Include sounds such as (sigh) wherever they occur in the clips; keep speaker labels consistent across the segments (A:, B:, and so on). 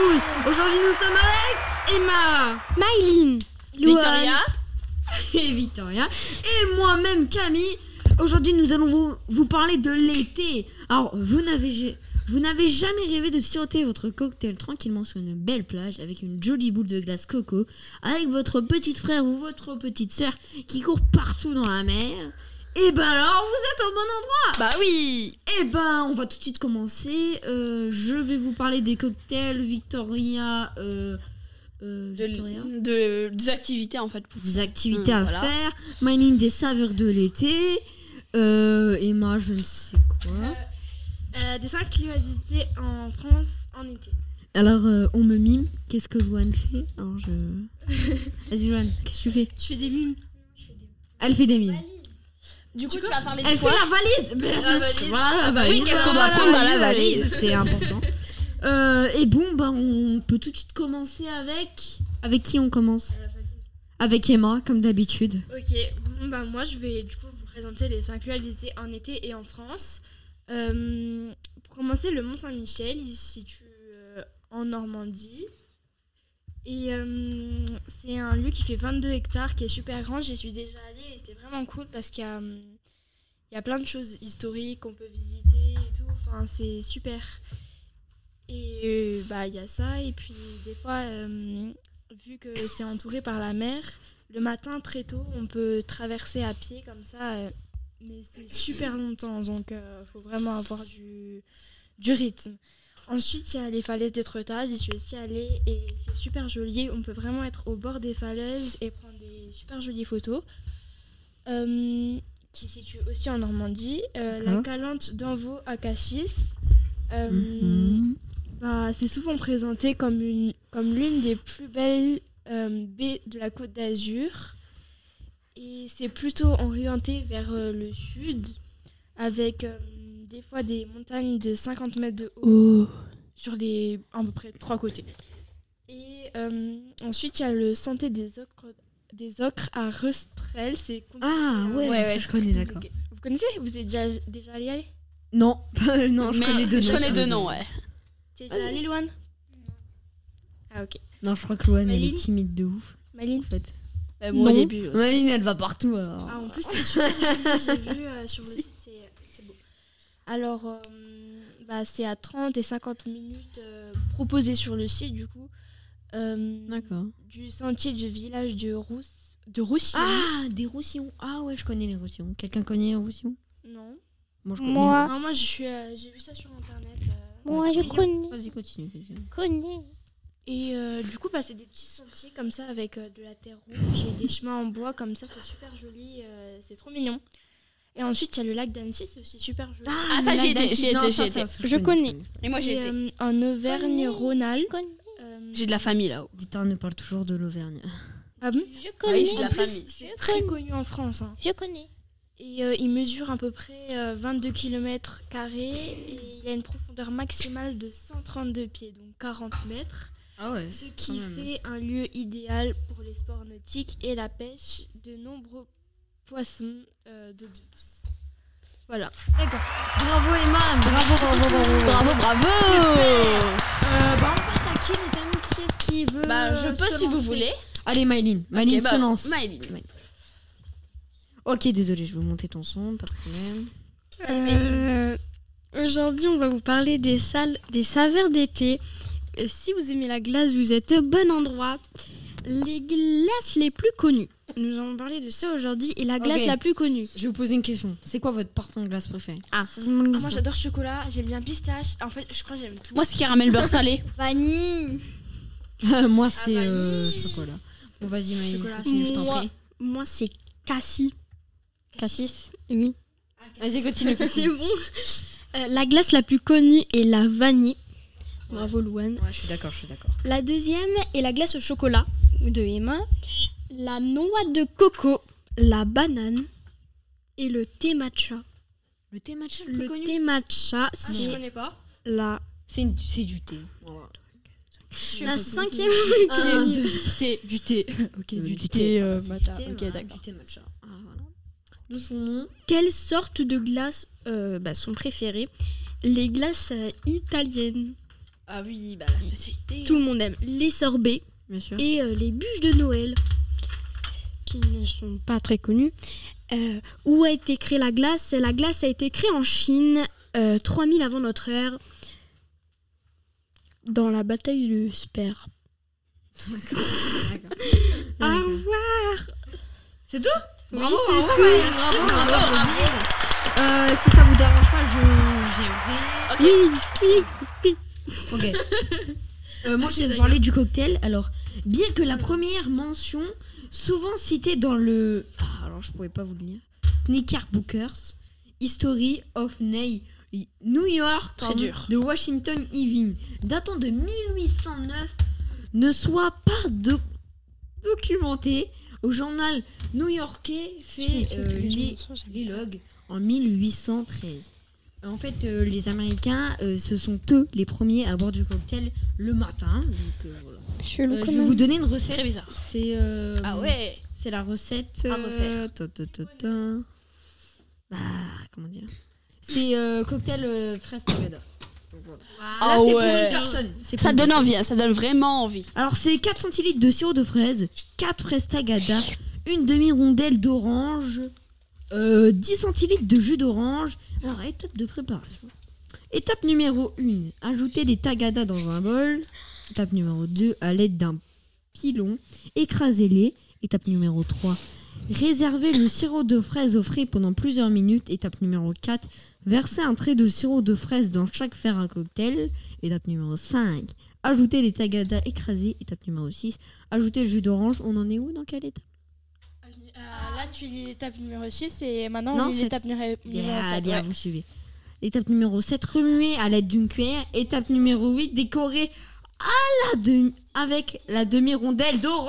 A: Donc nous sommes avec
B: Emma, Mylene, Victoria.
A: et Victoria et moi-même Camille. Aujourd'hui, nous allons vous, vous parler de l'été. Alors, vous n'avez ja- vous n'avez jamais rêvé de siroter votre cocktail tranquillement sur une belle plage avec une jolie boule de glace coco, avec votre petit frère ou votre petite sœur qui court partout dans la mer. Et ben alors, vous êtes au bon endroit.
B: Bah oui.
A: Eh ben, on va tout de suite commencer. Euh, je vais vous parler des cocktails Victoria. euh, euh,
B: De,
A: Victoria.
B: de- des activités en fait. pour-
A: Des activités
B: Hmm,
A: à
B: voilà.
A: faire. Mining des saveurs de l'été. Euh, Emma, je ne sais quoi.
C: Euh, des lieux à visiter en France en été.
A: Alors, euh, on me mime. Qu'est-ce que Loane fait Alors, je.
B: (laughs)
A: Vas-y, Loane, qu'est-ce que tu fais
C: Tu fais des lunes.
A: Elle fait des mimes.
B: Du coup, tu vas parler
A: Elle
B: de
A: fait
B: quoi
A: la valise Mais
B: La
A: ce-
B: valise.
A: Voilà la valise.
B: qu'est-ce qu'on
A: Voilà
B: doit prendre dans la valise
A: C'est important. (laughs) Euh, et bon, bah, on peut tout de suite commencer avec. Avec qui on commence Avec Emma, comme d'habitude.
C: Ok, bon, bah, moi je vais du coup vous présenter les 5 lieux à visiter en été et en France. Euh, pour commencer, le Mont Saint-Michel, il se situe euh, en Normandie. Et euh, c'est un lieu qui fait 22 hectares, qui est super grand. J'y suis déjà allée et c'est vraiment cool parce qu'il y a, hum, il y a plein de choses historiques qu'on peut visiter et tout. Enfin, c'est super. Et euh, bah, il y a ça. Et puis, des fois, euh, vu que c'est entouré par la mer, le matin très tôt, on peut traverser à pied comme ça, euh, mais c'est super longtemps, donc euh, faut vraiment avoir du, du rythme. Ensuite, il y a les falaises d'Étretat, j'y suis aussi allée et c'est super joli. On peut vraiment être au bord des falaises et prendre des super jolies photos. Euh, qui se situe aussi en Normandie, Euh, la
A: D'accord.
C: Calante d'Envaux à Cassis. Euh,
A: Mhm.
C: bah, c'est souvent présenté comme une comme l'une des plus belles euh, baies de la Côte d'Azur et c'est plutôt orienté vers euh, le sud avec euh, des fois des montagnes de 50 mètres de
A: Oh.
C: haut sur les à peu près trois côtés. Et euh, ensuite il y a le Santé des ocres des ocres à Restrel, c'est
A: Ah,
B: Ouais,
A: ouais,
B: ouais,
A: ça, je connais, d'accord.
C: Ok. Vous connaissez Vous êtes déjà déjà allé allé
A: Non, (laughs) non, je
B: Mais-
A: connais deux noms.
B: Je connais deux noms, ouais.
C: Tu es déjà
B: Vas-y.
C: allé Loane Ah ok.
A: Non, je crois que Loane, elle est
C: Maline
A: timide de ouf,
C: Maline
A: en fait.
B: Bah, moi, au
A: Non.
B: début. aussi.
A: Maline, elle va partout, alors.
C: Ah, en plus, c'est super joli, j'ai vu euh, sur le
B: Si.
C: site, c'est- c'est beau. Alors, euh, bah, c'est à 30 et 50 minutes euh, proposées sur le site, du coup, euh,
A: D'accord.
C: du sentier du village de, Rousse, de Roussillon.
A: Ah, des roussillons. Ah ouais, je connais les roussillons. Quelqu'un connaît les roussillons
C: Non.
A: Moi, je
D: Moi,
C: Non, moi, je suis, euh, j'ai vu ça sur Internet. euh,
D: moi je connais,
A: Vas-y, continue. continue.
D: connais.
C: Et euh, du coup, bah, c'est des petits sentiers comme ça, avec euh, de la terre rouge et des chemins en bois, comme ça, c'est super joli, euh, c'est trop mignon. Et ensuite, il y a le lac d'Annecy, c'est aussi super joli.
B: Ah, ça,
A: le
B: j'y
A: lac
B: étais,
A: d'Annecy.
B: j'y
A: Non,
B: étais,
A: ça,
B: j'y
A: ça,
B: étais.
A: ça,
D: Je connais.
B: Et moi, j'ai
C: Et,
B: été.
C: euh, en Auvergne-Rhône-Alpes. euh,
B: J'ai de la famille là-haut.
A: Putain, on ne parle toujours de l'Auvergne.
C: Ah bon
D: Je
B: Oui,
D: connais.
B: j'ai de la
C: En plus,
B: famille.
C: c'est très connu en France. hein.
D: Je connais.
C: Et euh, il mesure à peu près euh, 22 km et il a une profondeur maximale de 132 pieds, donc 40 mètres,
A: Ah ouais.
C: ce qui
A: même.
C: fait un lieu idéal pour les sports nautiques et la pêche de nombreux poissons euh, de douce. Voilà.
A: Bravo Emma, bravo, bravo, bravo.
B: Bravo, bravo
A: Euh, bah, on passe à qui les amis Qui est-ce qui veut
B: Bah, je
A: euh,
B: peux
A: se
B: si vous
A: lancer
B: voulez.
A: Allez, Myline, Myline
B: Ok, bah,
A: se lance.
B: Maëline.
A: Ok, désolé, je vais monter ton son, pas de problème.
E: Euh, Aujourd'hui, on va vous parler des salles, des saveurs d'été. Euh, Si vous aimez la glace, vous êtes au bon endroit. Les glaces les plus connues. Nous allons parler de ça aujourd'hui et la glace
A: Ok.
E: la plus connue.
A: Je vais vous poser une question. C'est quoi votre parfum de glace préféré
E: Ah, ça, c'est mon
C: moi
E: glace.
C: j'adore chocolat, j'aime bien pistache. En fait, je crois que j'aime tout.
B: Moi, c'est caramel beurre salé.
E: vanille.
A: Moi, c'est euh, chocolat. Bon, vas-y, Myline.
C: Chocolat,
A: continue, je t'en
E: Moi,
A: prie.
E: moi c'est cassis.
A: Cassis
E: Oui. (laughs)
A: Vas-y, (laughs) continue.
E: c'est bon. Euh, la glace la plus connue est la vanille. Bravo Louane.
A: Ouais, je suis d'accord, je suis d'accord.
E: La deuxième est la glace au chocolat de Emma, la noix de coco, la banane et le thé matcha.
A: Le thé matcha le plus
E: Le
A: connu
E: thé matcha,
C: Ah, (laughs) je
E: c'est
C: connais pas.
E: la,
A: C'est une- c'est du thé. Voilà.
E: la cinquième.
A: Un, deux,
B: thé, du thé. Ok,
A: Euh,
B: du, thé, euh, matcha.
A: thé,
B: Ok,
A: voilà,
B: d'accord.
A: Du thé matcha. Ah, voilà. D'où son nom.
E: Quelle sorte de glace euh, bah, sont préférées Les glaces euh, italiennes.
B: Ah oui, bah la spécialité.
E: Tout le monde aime les sorbets
A: Bien sûr.
E: et euh, les bûches de Noël, qui ne sont pas très connues. Euh, où a été créée la glace La glace a été créée en Chine, euh, 3000 avant notre ère, dans la bataille de
A: (laughs)
E: Sper.
A: D'accord. C'est tout Bravo,
E: c'est
A: bravo,
E: tout.
A: Maëlle, bravo, bravo, bravo. Euh, si ça vous dérange pas, je j'aimerais.
C: Euh,
E: Oui, oui.
A: Ok. Euh, moi, je vais vous parler du cocktail. Alors, bien que la première mention, souvent citée dans le. Ah, alors, je pourrais pas vous le lire. Knicker Bookers, History of Ney, New York,
B: Très
A: pardon,
B: dur.
A: de Washington Irving, datant de 1809, ne soit pas do- documenté au journal new-yorkais fait euh, les Kellogg en 1813. Euh, En fait, euh, les Américains, euh, ce sont eux les premiers à boire du cocktail le matin. donc, euh, voilà. Euh, je vais vous donner une recette.
B: Très bizarre.
A: C'est euh,
B: Ah ouais.
A: C'est la recette. euh,
B: À refaire.
A: ta, ta, ta, ta. Bah, comment dire C'est euh, cocktail euh, fraise tagada. Donc, voilà. Là, c'est pour une personne. c'est pour
B: Ça
A: une
B: donne
A: personne.
B: envie, hein, ça donne vraiment envie.
A: Alors, c'est 4 centilitres de sirop de fraise, 4 fraises tagada, une demi-rondelle d'orange, euh, 10 centilitres de jus d'orange. Alors, étape de préparation. Étape numéro 1, ajouter des tagada dans un bol. Étape numéro 2, à l'aide d'un pilon, écrasez-les. Étape numéro 3, réservez le sirop de fraise au frais pendant plusieurs minutes. Étape numéro 4, versez un trait de sirop de fraise dans chaque fer à cocktail. Étape numéro 5, Ajouter les tagadas écrasés, étape numéro 6. Ajouter le jus d'orange, on en est où Dans quelle étape
C: là, tu lis l'étape numéro 6 et maintenant
A: Non,
C: on lit
A: sept.
C: l'étape numéro 7.
A: Bien, bien, vous suivez. Étape numéro 7, remuer à l'aide d'une cuillère. Étape numéro 8, décorer à la demi- avec la demi-rondelle d'orange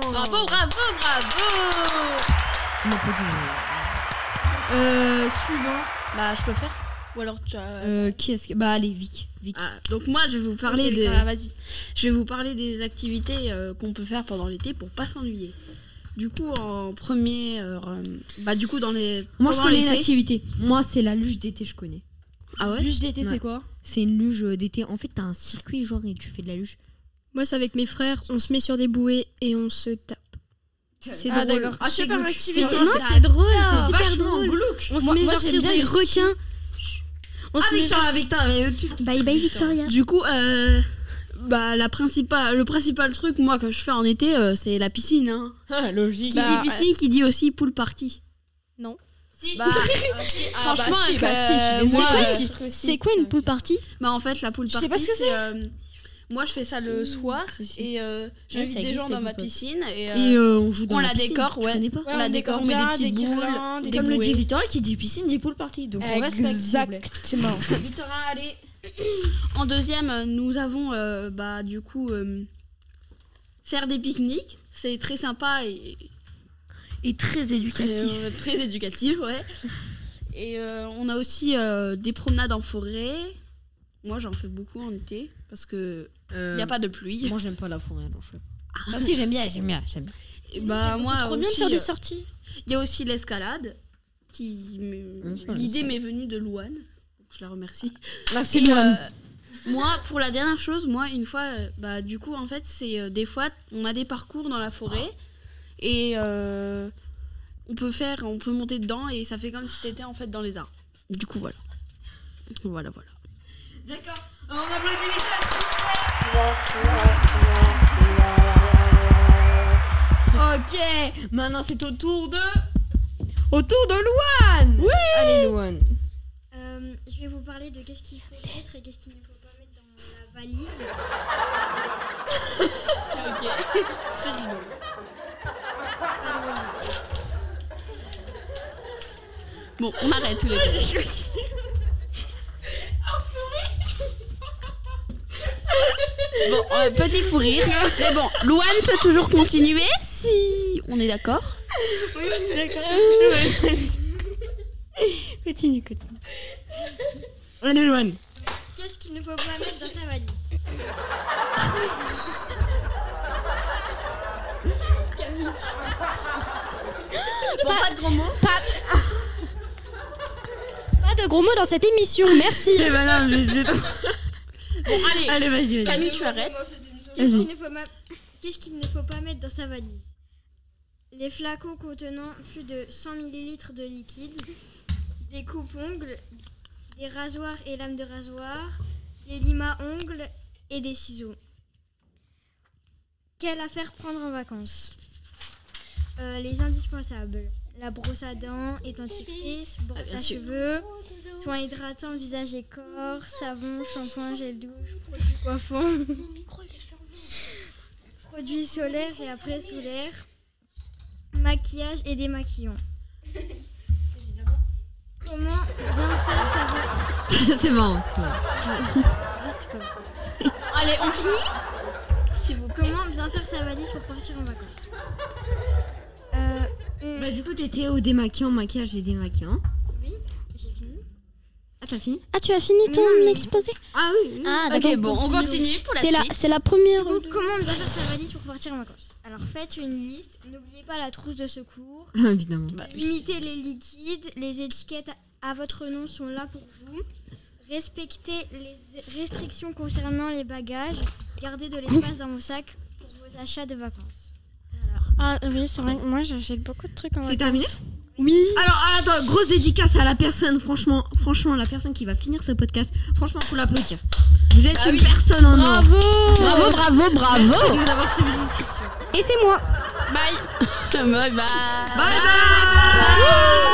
B: Bravo, bravo, bravo.
A: Je m'applaudis, mais- Euh, suivant.
B: Bah, je peux le faire Ou alors tu as.
A: Euh, qui est-ce que. Bah, allez, Vic. Vic.
D: Ah, donc moi je vais vous parler
C: Ok,
D: des
C: Victoria, vas-y.
D: je vais vous parler des activités euh, qu'on peut faire pendant l'été pour pas s'ennuyer. Du coup en premier euh, bah du coup dans les
A: Moi, je
D: pendant
A: connais une
D: l'été-
A: activité. Moi, c'est la luge d'été, je connais.
D: Ah ouais.
C: Luge d'été,
A: Ouais.
C: c'est quoi
A: C'est une luge euh, d'été. En fait, t'as un circuit, genre, et tu fais de la luge.
E: Moi, c'est avec mes frères, on se met sur des bouées et on se tape. C'est
C: Ah,
E: drôle.
C: d'accord. Ah, super
A: C'est-
C: activité.
A: c'est-
E: Non, c'est drôle,
C: Ah,
E: c'est super
A: vachement
E: drôle.
A: glauque.
E: On se
D: Moi-
E: met
D: moi,
E: genre
D: j'aime
E: sur
D: bien
E: des
D: les
E: requins. On
A: Ah,
E: se met
A: Victor, ah, Victor, euh, tu-
E: Bye bye Victoria.
D: Du coup euh, bah la principale le principal truc moi que je fais en été euh, c'est la piscine hein.
B: logique.
D: Qui dit piscine qui dit aussi pool party. (laughs) Ah,
B: Bah,
C: Franchement,
B: Franchement,
C: avec,
B: bah, si, je suis
C: euh,
B: désolée.
E: moi,
B: mais
E: euh,
B: si.
E: C'est quoi une pool party
D: Bah en fait la pool
B: Je sais
D: party
B: pas ce que
D: c'est euh, moi je fais ça le soir
A: Si, si.
D: et euh,
A: Ouais,
D: j'invite
A: ça
D: des
A: existe,
D: gens
A: les
D: dans ma
A: pool party.
D: piscine et, euh,
A: Et euh, on joue dans
D: on
A: la,
D: la
A: piscine,
D: décore,
A: tu
D: ouais.
A: connais pas
D: on la décore, on met des
C: guirlandes,
D: petites boules,
C: guirlandes,
D: des
C: des
A: Comme le
C: bouées.
A: dit Victoria qui dit piscine, dit pool party. Donc on respecte. s'il vous plaît.
C: Exactement.
A: Victoria, allez.
D: En deuxième, euh, nous avons euh, bah, du coup euh, faire des pique-niques. C'est très sympa et
A: Et très
D: très,
A: éducatif.
D: euh, très éducatif, ouais. Et euh, on a aussi euh, des promenades en forêt. Moi, j'en fais beaucoup en été
A: euh,
D: parce que il n'y a pas de pluie.
A: Moi j'aime pas la forêt, non je sais pas. Ah si j'aime bien, j'aime bien, j'aime bien.
D: Et bah moi,
E: Trop bien de
D: aussi,
E: faire des
D: euh,
E: sorties.
D: Il y a aussi l'escalade. Qui me-
A: Bien sûr,
D: l'idée
A: l'escalade.
D: m'est venue de Louane. Donc, Je la remercie.
A: Merci
D: Et, euh, moi, pour la dernière chose, moi, une fois, euh, bah, du coup, en fait, c'est euh, des fois, on a des parcours dans la forêt et euh, on peut faire, on peut monter dedans et ça fait comme si t'étais en fait dans les arbres. Du coup, voilà. Voilà, voilà.
A: D'accord, on applaudit Victoria. euh, Ok, maintenant c'est au tour de. Au tour de Louane Oui Allez Louane.
F: Euh, je vais vous parler de qu'est-ce qu'il faut mettre et qu'est-ce qu'il ne faut pas mettre dans la valise.
D: Très rigolo. Bon, on arrête tous les deux. Bon, euh, petit fou (laughs) rire. Mais bon, Louane peut toujours continuer si on est d'accord. Euh,
E: Continue, continue.
A: Allez (laughs) Louane.
F: Qu'est-ce qu'il ne faut pas mettre dans sa valise
D: Bon, pas Ah. de grands mots.
E: Pas de gros mots dans cette émission, merci.
A: Eh ben C'est malin, mais c'est
D: Bon, allez,
A: Allez, vas-y, vas-y.
D: Camille, tu arrêtes.
C: Qu'est-ce
A: Vas-y.
C: qu'il ne faut ma- qu'est-ce qu'il ne faut pas mettre dans sa valise Les flacons contenant plus de 100 ml de liquide, des coupes-ongles, des rasoirs et lames de rasoir, des limas ongles et des ciseaux. Quelle affaire prendre en vacances Euh, Les indispensables. La brosse à dents et dentifrice,
D: Ah,
C: brosse à cheveux, soins hydratants visage et corps, savon, shampoing, gel douche, produits coiffants. Produits solaires et après solaires. Maquillage et
D: (laughs)
C: démaquillant. Comment bien faire sa valise
A: (laughs) c'est marrant, c'est marrant.
C: Ah, c'est pas bon.
D: (laughs) Allez, on finit.
C: S'il vous plaît. Comment bien faire sa valise pour partir en vacances Euh, euh,
A: Bah, du coup, t'étais au démaquillant, maquillage et démaquillant.
C: J'ai fini.
A: Ah, t'as fini
E: Ah, tu as fini ton
C: Non, mais-
E: exposé
A: Ah oui, oui.
E: Ah,
D: Ok,
E: d'accord.
D: bon, on continue pour la
E: C'est la,
D: suite.
E: c'est la première. hein.
C: Donc, comment bien faire sa valise pour partir en vacances Alors faites une liste. N'oubliez pas la trousse de secours.
A: (laughs) Évidemment.
G: Bah, oui.
C: Limitez les liquides, les étiquettes à votre nom sont là pour vous. Respectez les restrictions concernant les bagages. Gardez de l'espace dans vos sacs pour vos achats de vacances.
E: Ah oui, c'est vrai que moi j'achète beaucoup de trucs en
A: C'est terminé
E: Oui.
A: Alors, ah, attends, grosse dédicace à la personne, franchement, franchement, la personne qui va finir ce podcast. Franchement, faut l'applaudir. Vous êtes une personne en or.
G: Bravo
A: Bravo, bravo, bravo.
D: Merci de nous avoir suivis jusqu'ici.
E: Et c'est moi.
G: Bye Bye bye
A: bye. bye.